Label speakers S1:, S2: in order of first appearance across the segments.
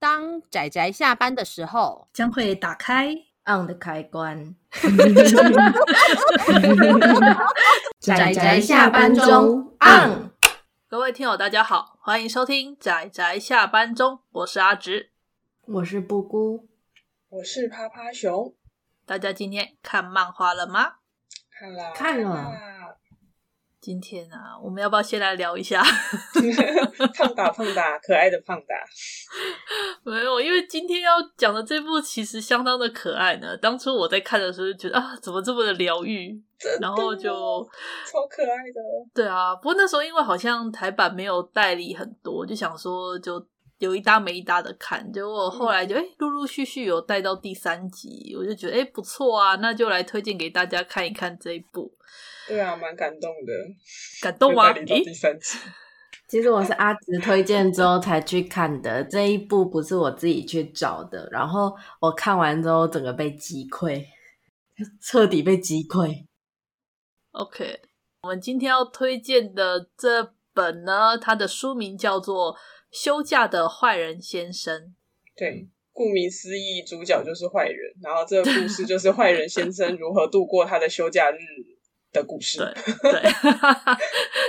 S1: 当仔仔下班的时候，
S2: 将会打开。
S3: on 的开 关。
S1: 宅宅
S2: 下班中
S3: on。
S4: 各位听友，大家好，欢迎收听仔仔下班中，我是阿直。
S3: 我是布姑，
S5: 我是趴趴熊，
S4: 大家今天看漫画了吗？
S5: 看了
S3: 看了
S5: 啊
S4: 今天啊，我们要不要先来聊一下？
S5: 胖达胖达，可爱的胖达，
S4: 没有，因为今天要讲的这部其实相当的可爱呢。当初我在看的时候就觉得啊，怎么这么的疗愈？
S5: 真的
S4: 然
S5: 哦
S4: 后就
S5: 超可爱的，
S4: 对啊，不过那时候因为好像台版没有代理很多，就想说就有一搭没一搭的看，结果后来就哎陆陆续续有带到第三集，我就觉得哎不错啊，那就来推荐给大家看一看这一部，
S5: 对啊，蛮感动的。
S4: 感动吗？
S5: 又代理到
S4: 诶
S5: 第三集，
S3: 其实我是阿直推荐之后才去看的，这一部不是我自己去找的。然后我看完之后，整个被击溃， 彻底被击溃。
S4: OK，我们今天要推荐的这本呢，它的书名叫做《休假的坏人先生
S5: 对，顾名思义，主角就是坏人，然后这个故事就是坏人先生如何度过他的休假日的故》。事。
S4: 对对，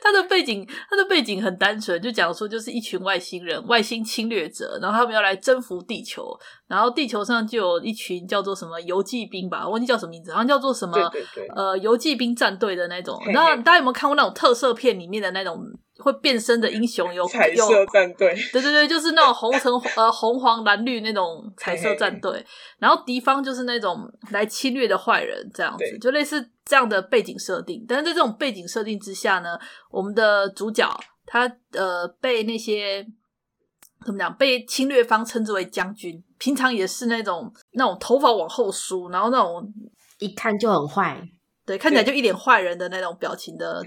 S4: 它的背景，它的背景很单纯，就讲说就是一群外星人、外星侵略者，然后他们要来征服地球，然后地球上就有一群叫做什么游击兵吧，忘记叫什么名字，好像叫做什么
S5: 对对对
S4: 呃游击兵战队的那种。
S5: 嘿嘿
S4: 那大家有没有看过那种特色片里面的那种会变身的英雄？有
S5: 彩
S4: 有
S5: 色战队，
S4: 对对对，就是那种红橙呃红黄蓝绿那种彩色战队，然后敌方就是那种来侵略的坏人，这样子
S5: 对
S4: 就类似这样的背景设定。但是在这种背景设定之下呢，我们的主角他呃被那些怎么讲被侵略方称之为将军，平常也是那种那种头发往后梳，然后那种
S3: 一看就很坏，
S4: 对，看起来就一脸坏人的那种表情的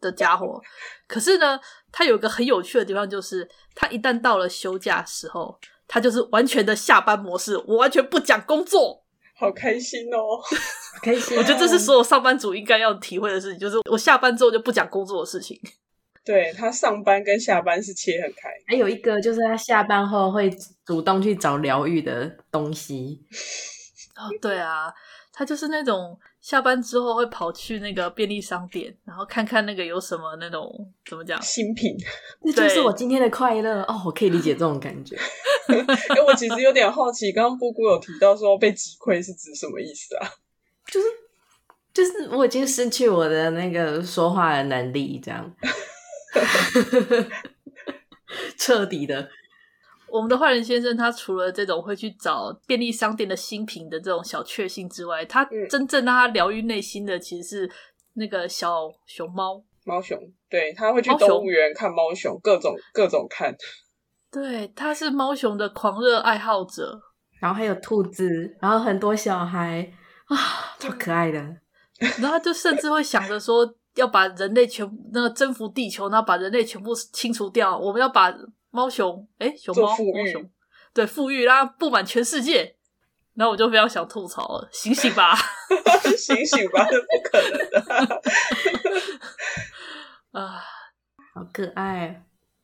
S4: 的家伙。可是呢，他有一个很有趣的地方，就是他一旦到了休假时候，他就是完全的下班模式，我完全不讲工作。
S5: 好开心哦！
S3: 开心
S4: 我觉得这是所有上班族应该要体会的事情，就是我下班之后就不讲工作的事情。
S5: 对他上班跟下班是切很开，
S3: 还有一个就是他下班后会主动去找疗愈的东西，
S4: 哦，对啊，他就是那种下班之后会跑去那个便利商店，然后看看那个有什么那种怎么讲，
S5: 新品。
S3: 那就是
S4: 对
S3: 我今天的快乐哦。我可以理解这种感觉。
S5: 哎、我其实有点好奇，刚刚布姑有提到说被击溃是指什么意思啊？
S3: 就是我已经失去我的那个说话的能力，这样 彻底的。
S4: 我们的坏人先生，他除了这种会去找便利商店的新品的这种小确幸之外，他
S5: 嗯
S4: 真正让他疗愈内心的，其实是那个小熊猫。
S5: 猫熊，对他会去
S4: 猫熊
S5: 动物园看猫熊，各种各种看。
S4: 对，他是猫熊的狂热爱好者。
S3: 然后还有兔子，然后很多小孩啊，超可爱的。
S4: 然后他就甚至会想着说，要把人类全部那个征服地球，然后把人类全部清除掉。我们要把猫熊，哎，熊
S5: 做
S4: 猫，
S5: 富
S4: 猫
S5: 裕
S4: 熊，对，富裕，让它布满全世界。然后我就非常想吐槽了，醒醒吧！
S5: 醒醒吧，这不可能的。
S4: 啊，
S3: 好可爱，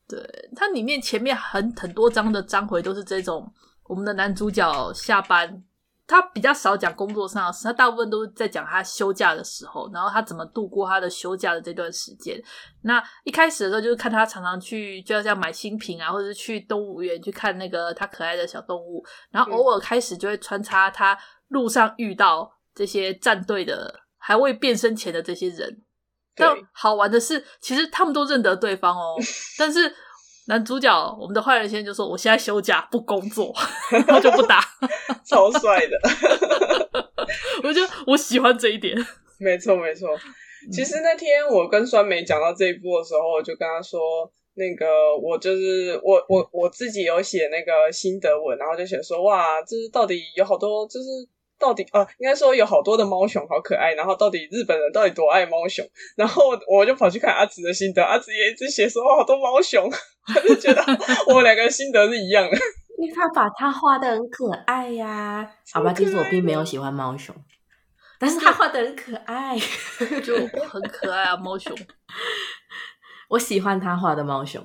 S3: 哦
S4: 它里面前面很很多章的章回都是这种，我们的男主角下班，他比较少讲工作上的事，他大部分都是在讲他休假的时候，然后他怎么度过他的休假的这段时间。那一开始的时候，就是看他常常去，就要像买新品啊，或者是去动物园去看那个他可爱的小动物，然后偶尔开始就会穿插他路上遇到这些战队的还未变身前的这些人。但
S5: 对
S4: 好玩的是，其实他们都认得对方 哦，但是男主角我们的坏人先生就说：“我现在休假不工作， 然后就不 打。
S5: 超帅的，”
S4: 我觉得我喜欢这一 点。
S5: 没错没错。其实那天我跟酸梅讲到这一步的时候，我就跟他说，那个我就是我我我自己有写那个心得文，然后就写说，哇，就是到底有好多就是。到底呃，应该说有好多的猫熊好可爱，然后到底日本人到底多爱猫熊， 然后我就跑去看阿紫的心得，阿紫也一直写说哦好多猫熊， 他就觉得我们两个心得是一样的。
S3: 因为他把它画的很可爱呀、好吧，
S5: 超可爱的
S3: 其实我并没有喜欢猫熊，但是他画的很可爱，
S4: 就很可爱啊，猫熊。
S3: 我喜欢他画的猫熊。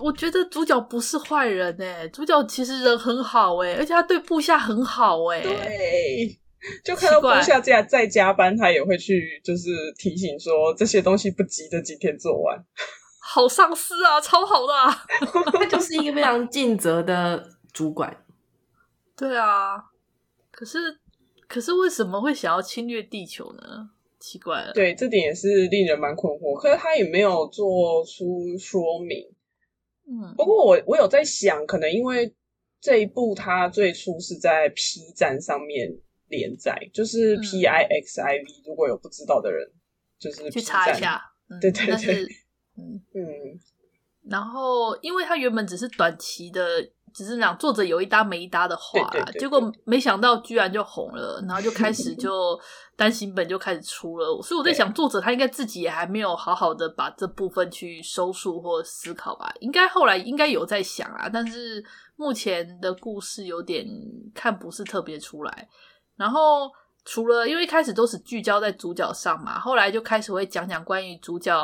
S4: 我觉得主角不是坏人哎、主角其实人很好哎、而且他对部下很好哎、
S5: 对，就看到
S4: 奇怪
S5: 部下在在加班，他也会去就是提醒说这些东西不急着几天做完。
S4: 好上司啊，超好的、啊。
S3: 他就是一个非常尽责的主管。
S4: 对啊，可是可是为什么会想要侵略地球呢？奇怪了。
S5: 对，这点也是令人蛮困惑，可是他也没有做出说明。
S4: 嗯
S5: 不过我我有在想，可能因为这一部它最初是在 P 站上面连载，就是
S4: 嗯
S5: P I X I V，、如果有不知道的人，就是
S4: 去
S5: P
S4: 查一
S5: 站。
S4: 下。嗯、
S5: 对对
S4: 但是
S5: 对
S4: 嗯，
S5: 嗯，
S4: 然后因为他原本只是短期的，只是讲作者有一搭没一搭的话啦，
S5: 对对对对
S4: 结果没想到居然就红了，然后就开始 就单行本就开始出了，所以我在想，作者他应该自己也还没有好好的把这部分去收束或思考吧，应该后来应该有在想啊，但是目前的故事有点看不是特别出来，然后除了因为一开始都是聚焦在主角上嘛，后来就开始会讲讲关于主角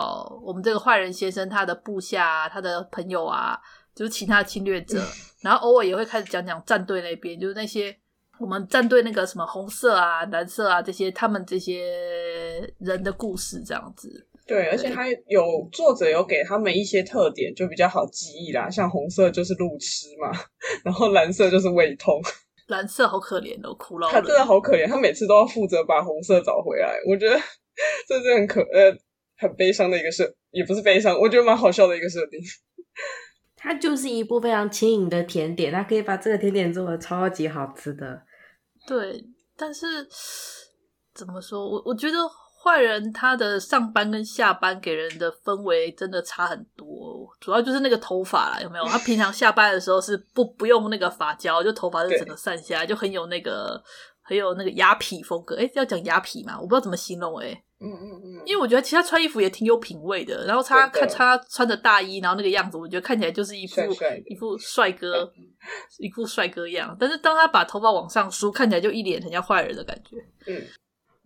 S4: 我们这个坏人先生他的部下、啊、他的朋友啊，就是其他侵略者，然后偶尔也会开始讲讲战队那边，就是那些我们战队那个什么红色啊、蓝色啊这些他们这些人的故事这样子。
S5: 对，而且它有作者有给他们一些特点，就比较好记忆啦。像红色就是路痴嘛， 然后蓝色就是胃痛。
S4: 蓝色好可怜哦，苦劳
S5: 他
S4: 人。
S5: 真的好可怜，他每次都要负责把红色找回来。我觉得 这是很可呃很悲伤的一个设，也不是悲伤，我觉得蛮好笑的一个设定。
S3: 它就是一部非常轻盈的甜点，它可以把这个甜点做的超级好吃的。
S4: 对，但是怎么说？我我觉得坏人他的上班跟下班给人的氛围真的差很多，主要就是那个头发啦，有没有？他平常下班的时候是不不用那个发胶，就头发是
S5: 对
S4: 整个散下来，就很有那个很有那个雅痞风格。诶，要讲雅痞嘛，我不知道怎么形容诶。
S5: 嗯嗯嗯，
S4: 因为我觉得其实他穿衣服也挺有品味的，然后他
S5: 真的
S4: 看他穿着大衣，然后那个样子，我觉得看起来就是一副
S5: 帅帅的
S4: 一副帅哥，一副帅哥样。但是当他把头发往上梳，看起来就一脸很像坏人的感觉。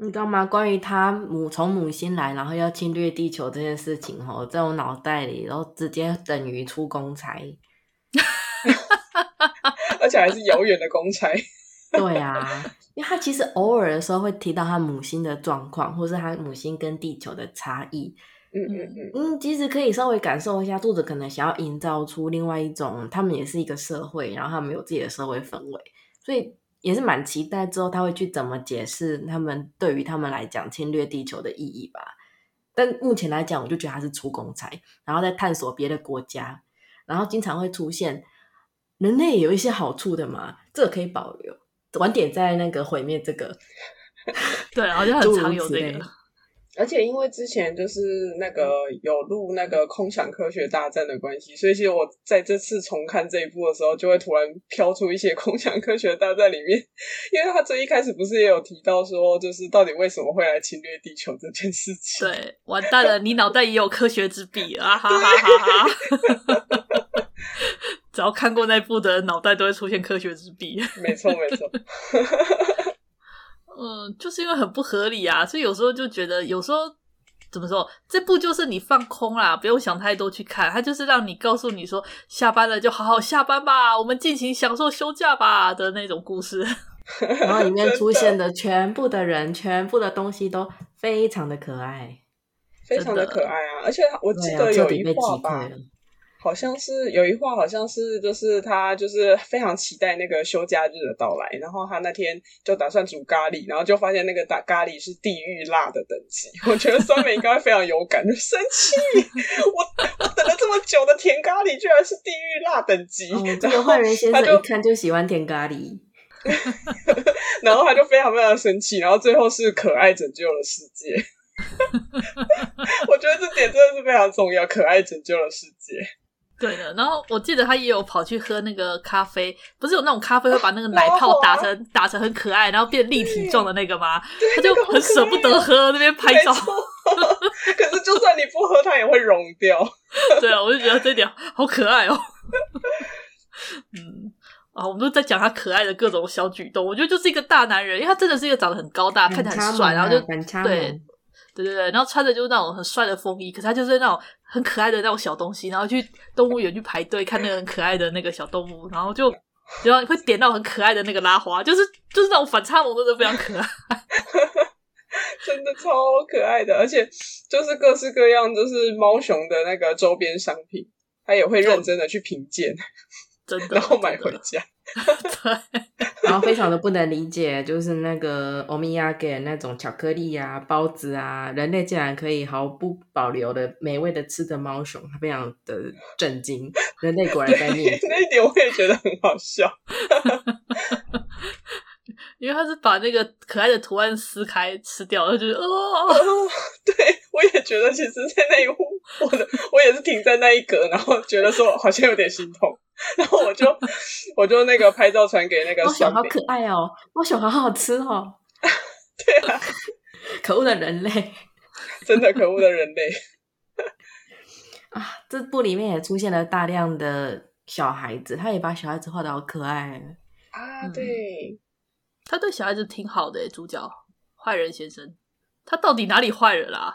S3: 你知道吗？关于他母从母星来，然后要侵略地球这件事情哦，在我脑袋里，然后直接等于出公差。
S5: 而且还是遥远的公差。
S3: 对啊，因为他其实偶尔的时候会提到他母星的状况，或是他母星跟地球的差异。
S5: 嗯嗯嗯，
S3: 嗯，其实可以稍微感受一下，作者可能想要营造出另外一种，他们也是一个社会，然后他们有自己的社会氛围，所以也是蛮期待之后他会去怎么解释他们对于他们来讲侵略地球的意义吧。但目前来讲，我就觉得他是出公差，然后再探索别的国家，然后经常会出现人类有一些好处的嘛，这个可以保留，晚点再那个毁灭这个，
S4: 对，好像
S3: 诸
S4: 很
S3: 如
S4: 常有
S3: 此
S4: 这
S3: 类
S4: 个。
S5: 而且因为之前就是那个有录那个《空想科学大战》的关系，所以其实我在这次重看这一部的时候，就会突然飘出一些《 空想科学大战》里面， 因为他最一开始不是也有提到说，就是到底为什么会来侵略地球这件事情。
S4: 对，完蛋了，你脑袋也有科学之笔啊！哈哈哈哈！只要看过那部的脑袋都会出现科学之笔。
S5: 没错没错，
S4: 嗯，就是因为很不合理啊，所以有时候就觉得，有时候怎么说，这部就是你放空啦，不用想太多去看，它就是让你告诉你说，下班了就好好下班吧，我们尽情享受休假吧的那种故事。
S3: 然后里面
S5: 真的
S3: 出现的全部的人、全部的东西都非常的可爱。
S5: 非常的可爱啊！而且我记
S3: 对啊
S5: 得
S3: 彻
S5: 有
S3: 底
S5: 一
S3: 被击
S5: 话吧
S3: 溃，了。
S5: 好像是有一话，好像是就是他就是非常期待那个休假日的到来，然后他那天就打算煮咖喱，然后就发现那个打咖喱是地狱辣的等级。 我觉得酸梅应该会非常有感，就 生气，我我等了这么久的甜咖喱，居然是地狱辣等级，
S3: 哦，这
S5: 然
S3: 个
S5: 后
S3: 坏人先
S5: 他
S3: 生
S5: 就
S3: 一看就喜欢甜咖喱，
S5: 然后他就非常非常生气，然后最后是可爱拯救了世 界。我觉得这点真的是非常重要，可爱拯救了世界。
S4: 对的，然后我记得他也有跑去喝那个咖啡，不是有那种咖啡会把那个奶泡打成打成很可爱，然后变立体状的那个吗？他就
S5: 那个好
S4: 很
S5: 可
S4: 舍不得
S5: 爱啊
S4: 喝，那边拍
S5: 没
S4: 照。
S5: 错 可是就算你不喝，它也会溶掉。
S4: 对啊，我就觉得这点好可爱哦。 嗯，啊，我们都在讲他可爱的各种
S3: 啊
S4: 小举动，我觉得就是一个大男人，因为他真的是一个长得很高大，看起来
S3: 反差
S4: 很帅，
S3: 萌
S4: 然后
S3: 啊
S4: 就
S3: 反差
S4: 对
S3: 萌
S4: 对对对，然后穿着就是那种很帅的风衣，可是他就是那种很可爱的那种小东西，然后去动物园去排队看那个很可爱的那个小动物，然后就然后会点到很可爱的那个拉花，就是就是那种反差萌，真的非常可爱。
S5: 真的超可爱的，而且就是各式各样，就是猫熊的那个周边商品，他也会认真的去评鉴，
S4: 真的，
S5: 然后买回
S4: 真的
S5: 家。
S4: 对，
S3: 然后非常的不能理解，就是那个欧米亚给那种巧克力啊、包子啊，人类竟然可以毫不保留的美味的吃的猫熊，他非常的震惊，人类果然在灭绝。
S5: 那一点我也觉得很好笑，
S4: 因为他是把那个可爱的图案撕开吃掉，然后就是哦，
S5: 对我也觉得，其实，在那一幕，我的我也是停在那一格，然后觉得说好像有点心痛，然后 我就我就那个拍照传给那个
S3: 猫熊
S5: 酸
S3: 好
S5: 梅，
S3: 可爱哦，猫熊好好吃哦。 对啊，可恶的人类
S5: 真的可恶的人类，
S3: 啊！这部里面也出现了大量的小孩子，他也把小孩子画的好可爱。
S5: 啊，
S4: 嗯
S5: 对，
S4: 他对小孩子挺好的耶，欸主角坏人先生，他到底哪里坏人啊啦、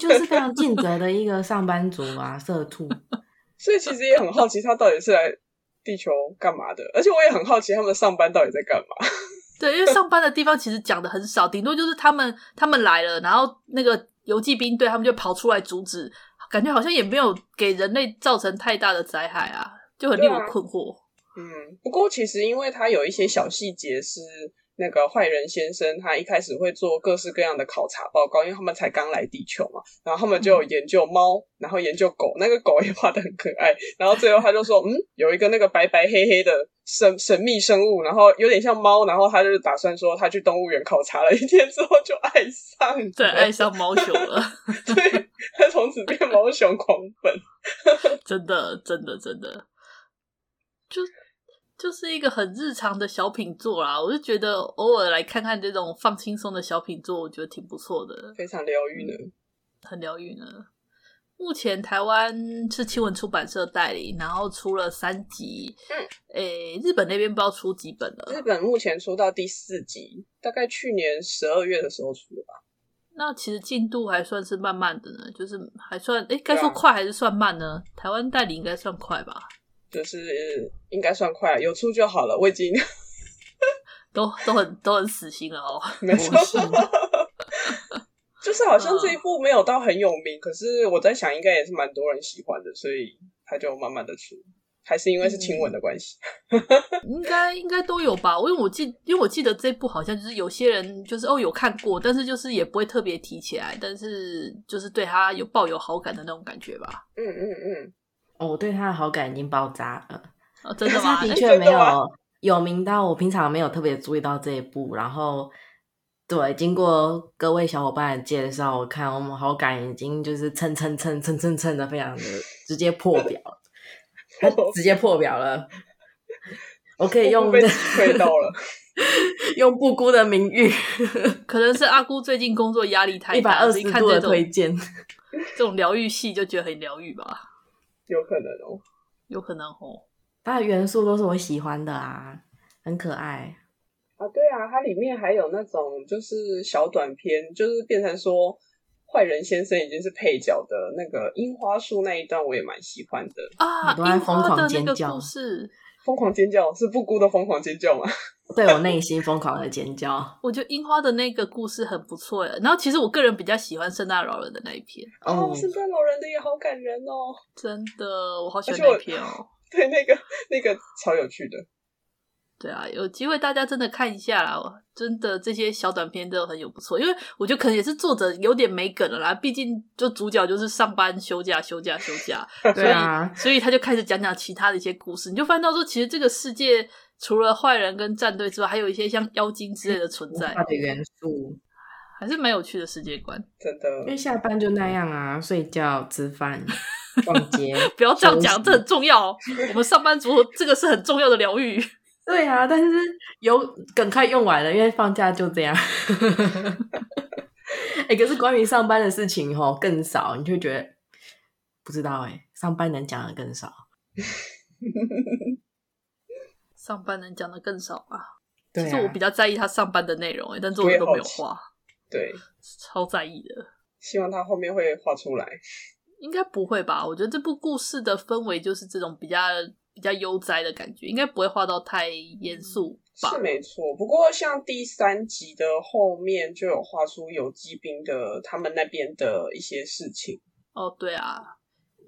S3: 就是非常尽责的一个上班族啊，社畜。
S5: 所以其实也很好奇他到底是来地球干嘛的，而且我也很好奇他们上班到底在干 嘛。
S4: 对，因为上班的地方其实讲的很少， 顶多就是他们他们来了，然后那个游击兵队他们就跑出来阻止，感觉好像也没有给人类造成太大的灾害啊，就很令我
S5: 对啊
S4: 困惑。
S5: 嗯，不过其实因为他有一些小细节是那个坏人先生，他一开始会做各式各样的考察报告，因为他们才刚来地球嘛，然后他们就
S4: 嗯
S5: 有研究猫，然后研究狗，那个狗也画的很可爱，然后最后他就说，嗯，有一个那个白白黑黑的神神秘生物，然后有点像猫，然后他就打算说他去动物园考察了一天之后就爱上了，
S4: 对，爱上猫熊了，
S5: 对，他从此变猫熊狂粉，
S4: 真的，真的，真的，就就是一个很日常的小品作啊啦。我就觉得偶尔来看看这种放轻松的小品作，我觉得挺不错的，
S5: 非常疗愈呢。
S4: 很疗愈呢。目前台湾是青文出版社代理，然后出了三集。
S5: 嗯，
S4: 诶，日本那边不知道出几本了
S3: 嗯
S5: 日。本目前出到第四集，大概去年十二月的时候出的吧。
S4: 那其实进度还算是慢慢的呢，就是还算诶，该
S5: 对啊
S4: 说快还是算慢呢？台湾代理应该算快吧，
S5: 就是应该算快，有出就好了。我已 经
S4: 都都很都很死心了哦。
S5: 没错，就是好像
S4: 嗯
S5: 这一部没有到很有名，可是我在想应该也是蛮多人喜欢的，所以他就慢慢的出，还是因为是亲吻的关系。
S4: 应该应该都有吧，因为我记，因为我记得这部好像就是有些人就是哦有看过，但是就是也不会特别提起来，但是就是对他有抱有好感的那种感觉吧。
S5: 嗯嗯
S3: 哦，我对他的好感已经爆炸了。
S4: 哦，真
S3: 可
S4: 的
S3: 是
S4: 吗？
S3: 他的
S4: 哎
S3: 确没
S5: 真的吗
S3: 有有名到我平常没有特别注意到这一部，然后对，经过各位小伙伴的介绍，我看我们好感已经就是蹭蹭蹭蹭蹭蹭的，非常的直接破表了，他直接破表了。我可以
S5: 嗯，我
S3: 用
S5: 被击溃到了。
S3: 用布姑的名誉，
S4: 可能是阿姑最近工作压力太
S3: 一百
S4: 大，
S3: 二
S4: 所
S3: 十
S4: 以看
S3: 度
S4: 这
S3: 的
S4: 种
S3: 推荐。
S4: 这种疗愈系就觉得很疗愈吧，
S5: 有可能哦，
S4: 有可能哦。
S3: 它的元素都是我喜欢的啊，很可爱。
S5: 啊，对啊，它里面还有那种就是小短片，就是变成说坏人先生已经是配角的那个樱花树那一段，我也蛮喜欢的。
S4: 啊，
S3: 我都在
S4: 樱
S3: 疯
S4: 花
S3: 狂
S4: 的那
S3: 尖
S4: 个
S3: 叫
S4: 故事，
S5: 疯狂尖叫是布姑的疯狂尖叫吗？
S3: 对我内心疯狂的尖叫。
S4: 我觉得樱花的那个故事很不错耶。然后其实我个人比较喜欢圣诞老人的那一篇，
S3: 哦，
S5: 圣诞老人的也好感人哦。
S4: 真的，我好喜欢
S5: 而且我
S4: 那一篇哦。
S5: 对，那个那个超有趣的，
S4: 对啊，有机会大家真的看一下啦，我真的这些小短片都很有不错，因为我觉得可能也是作者有点没梗了啦，毕竟就主角就是上班休假休假休假，
S3: 对啊，
S4: 所以他就开始讲讲其他的一些故事，你就发现到说，其实这个世界除了坏人跟战队之外，还有一些像妖精之类的存在
S5: 嗯
S3: 它，的元素，
S4: 还是蛮有趣的世界观。
S5: 真的。
S3: 因为下班就那样啊，睡觉、吃饭、逛街。
S4: 不要这样
S3: 休
S4: 讲，
S3: 息
S4: 这很重要 哦，我们上班族这个是很重要的疗愈。
S3: 对啊，但是有梗快用完了，因为放假就这样。 哎、可是关于上班的事情哦，更少，你就觉得不知道哎、上班能讲的更少。
S4: 上班能讲的更少啊，
S3: 对
S4: 啊其实我比较在意他上班的内容，但是
S5: 啊我
S4: 我
S5: 也
S4: 都
S5: 好
S4: 没有
S5: 奇
S4: 画。
S5: 对，
S4: 超在意的。
S5: 希望他后面会画出来。
S4: 应该不会吧？我觉得这部故事的氛围就是这种比较比较悠哉的感觉，应该不会画到太严肃吧？
S5: 是没错，不过像第三集的后面就有画出游击兵的他们那边的一些事情。
S4: 哦，对啊，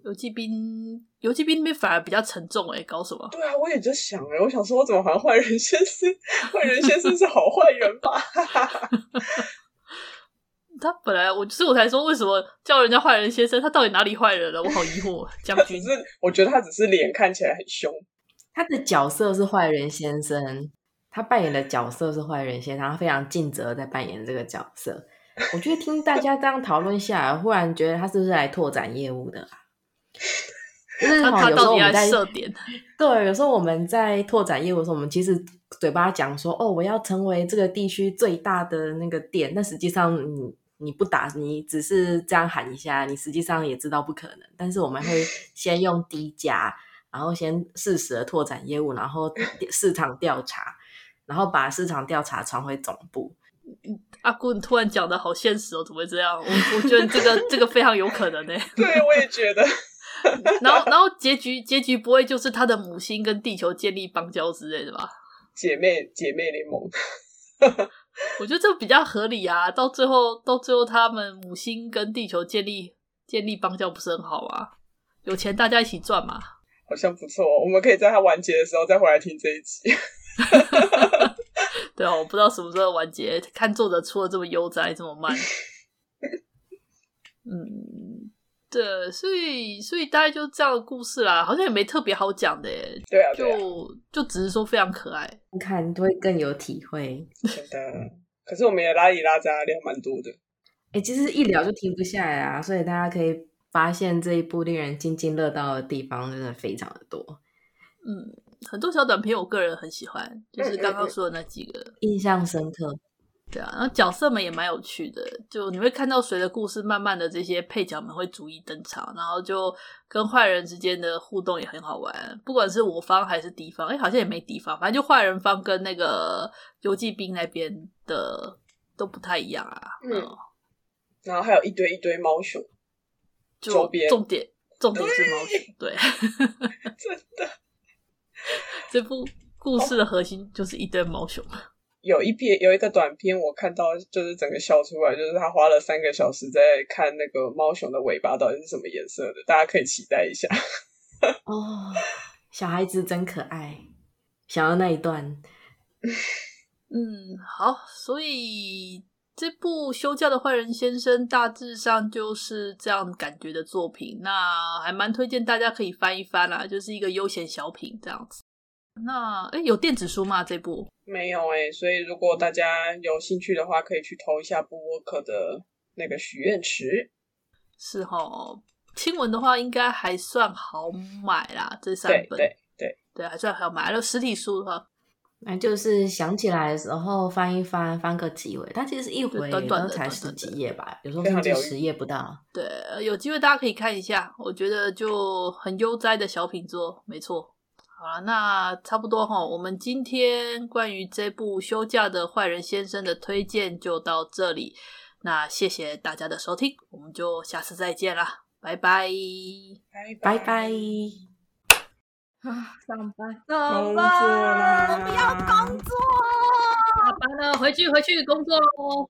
S4: 游击兵，游击兵那边反而比较沉重哎、搞什么？
S5: 对啊，我也在想哎、我想说我怎么好像坏人先生，坏人先生是好坏人吧？
S4: 他本来我，所以我才说为什么叫人家坏人先生，他到底哪里坏人了？我好疑惑。将
S5: 他只
S4: 军
S5: 是我觉得他只是脸看起来很凶，
S3: 他的角色是坏人先生，他扮演的角色是坏人先生，他非常尽责在扮演这个角色。我觉得听大家这样讨论下来，忽然觉得他是不是来拓展业务的啊？ 就是
S4: 他
S3: 好
S4: 他
S3: 像有时
S4: 到
S3: 候
S4: 底
S3: 我
S4: 要
S3: 们在
S4: 设点？
S3: 对，有时候我们在拓展业务的时候，我们其实嘴巴讲说哦，我要成为这个地区最大的那个店，但实际上你你不打，你只是这样喊一下，你实际上也知道不可能。但是我们会先用低价，然后先适时的拓展业务，然后市场调查，然后把市场调查传回总部。
S4: 阿姑，你突然讲的好现实哦，怎么会这样？我我觉得这个这个非常有可能呢、欸
S5: 对我也觉得
S4: 然后然后结局结局不会就是他的母星跟地球建立邦交之类的吧？
S5: 姐妹姐妹联盟。
S4: 我觉得这比较合理啊。到最后到最后，他们母星跟地球建立建立邦交不是很好吗？有钱大家一起赚嘛。
S5: 好像不错、哦，我们可以在它完结的时候再回来听这一集。
S4: 对啊，我不知道什么时候完结，看作者出的这么悠哉，这么 慢。嗯，对，所以所以大概就这样的故事啦，好像也没特别好讲的耶，
S5: 对啊，对啊，
S4: 就就只是说非常可爱。
S3: 看会更有体会。
S5: 真的。可是我们也拉里拉杂聊蛮多的，
S3: 哎，其实一聊就停不下来啊，所以大家可以发现这一部令人津津乐道的地方真的非常的多。
S4: 嗯，很多小短片我个人很喜欢，
S5: 嗯
S4: 就是刚刚说的那几个。
S3: 印象深刻。
S4: 对啊，然后角色们也蛮有趣的，就你会看到随着故事慢慢的这些配角们会逐一登场，然后就跟坏人之间的互动也很好玩，不管是我方还是敌方，哎，好像也没敌方，反正就坏人方跟那个游击兵那边的都不太一样啊。
S5: 嗯，然后还有一堆一堆猫熊，周
S4: 就
S5: 边
S4: 重点重点是猫熊，对，
S5: 真的
S4: 这部故事的核心就是一堆猫熊。
S5: 有一篇有一个短片，我看到就是整个笑出来，就是他花了三个小时在看那个猫熊的尾巴到底是什么颜色的，大家可以期待一下。
S3: 哦，小孩子真可爱。想要那一段，
S4: 嗯，好，所以这部《休假的坏人先生》大致上就是这样感觉的作品，那还蛮推荐大家可以翻一翻啦、就是一个悠闲小品这样子。那哎，有电子书吗？这部
S5: 没有哎、所以如果大家有兴趣的话，可以去投一下布沃克的那个许愿池。
S4: 是哦，新闻的话应该还算好买啦，这三
S5: 对
S4: 本
S5: 对，
S4: 对还算好买。然后实体书的话，
S3: 那就是想起来的时候翻一翻，翻个几回。它其实一回
S4: 对短短的
S3: 都才
S4: 短
S3: 十
S4: 短的
S3: 几页吧，有时候
S5: 非
S3: 甚
S5: 常
S3: 至
S5: 疗愈
S3: 十页不到。
S4: 对呃有机会大家可以看一下，我觉得就很悠哉的小品作，没错。好了，那差不多哈。我们今天关于这部《休假的坏人先生》的推荐就到这里。那谢谢大家的收听，我们就下次再见啦，拜拜！
S3: 拜拜。
S2: 啊上班，
S5: 工作啦！
S1: 我不要工作。
S4: 下班了，回去回去工作喽。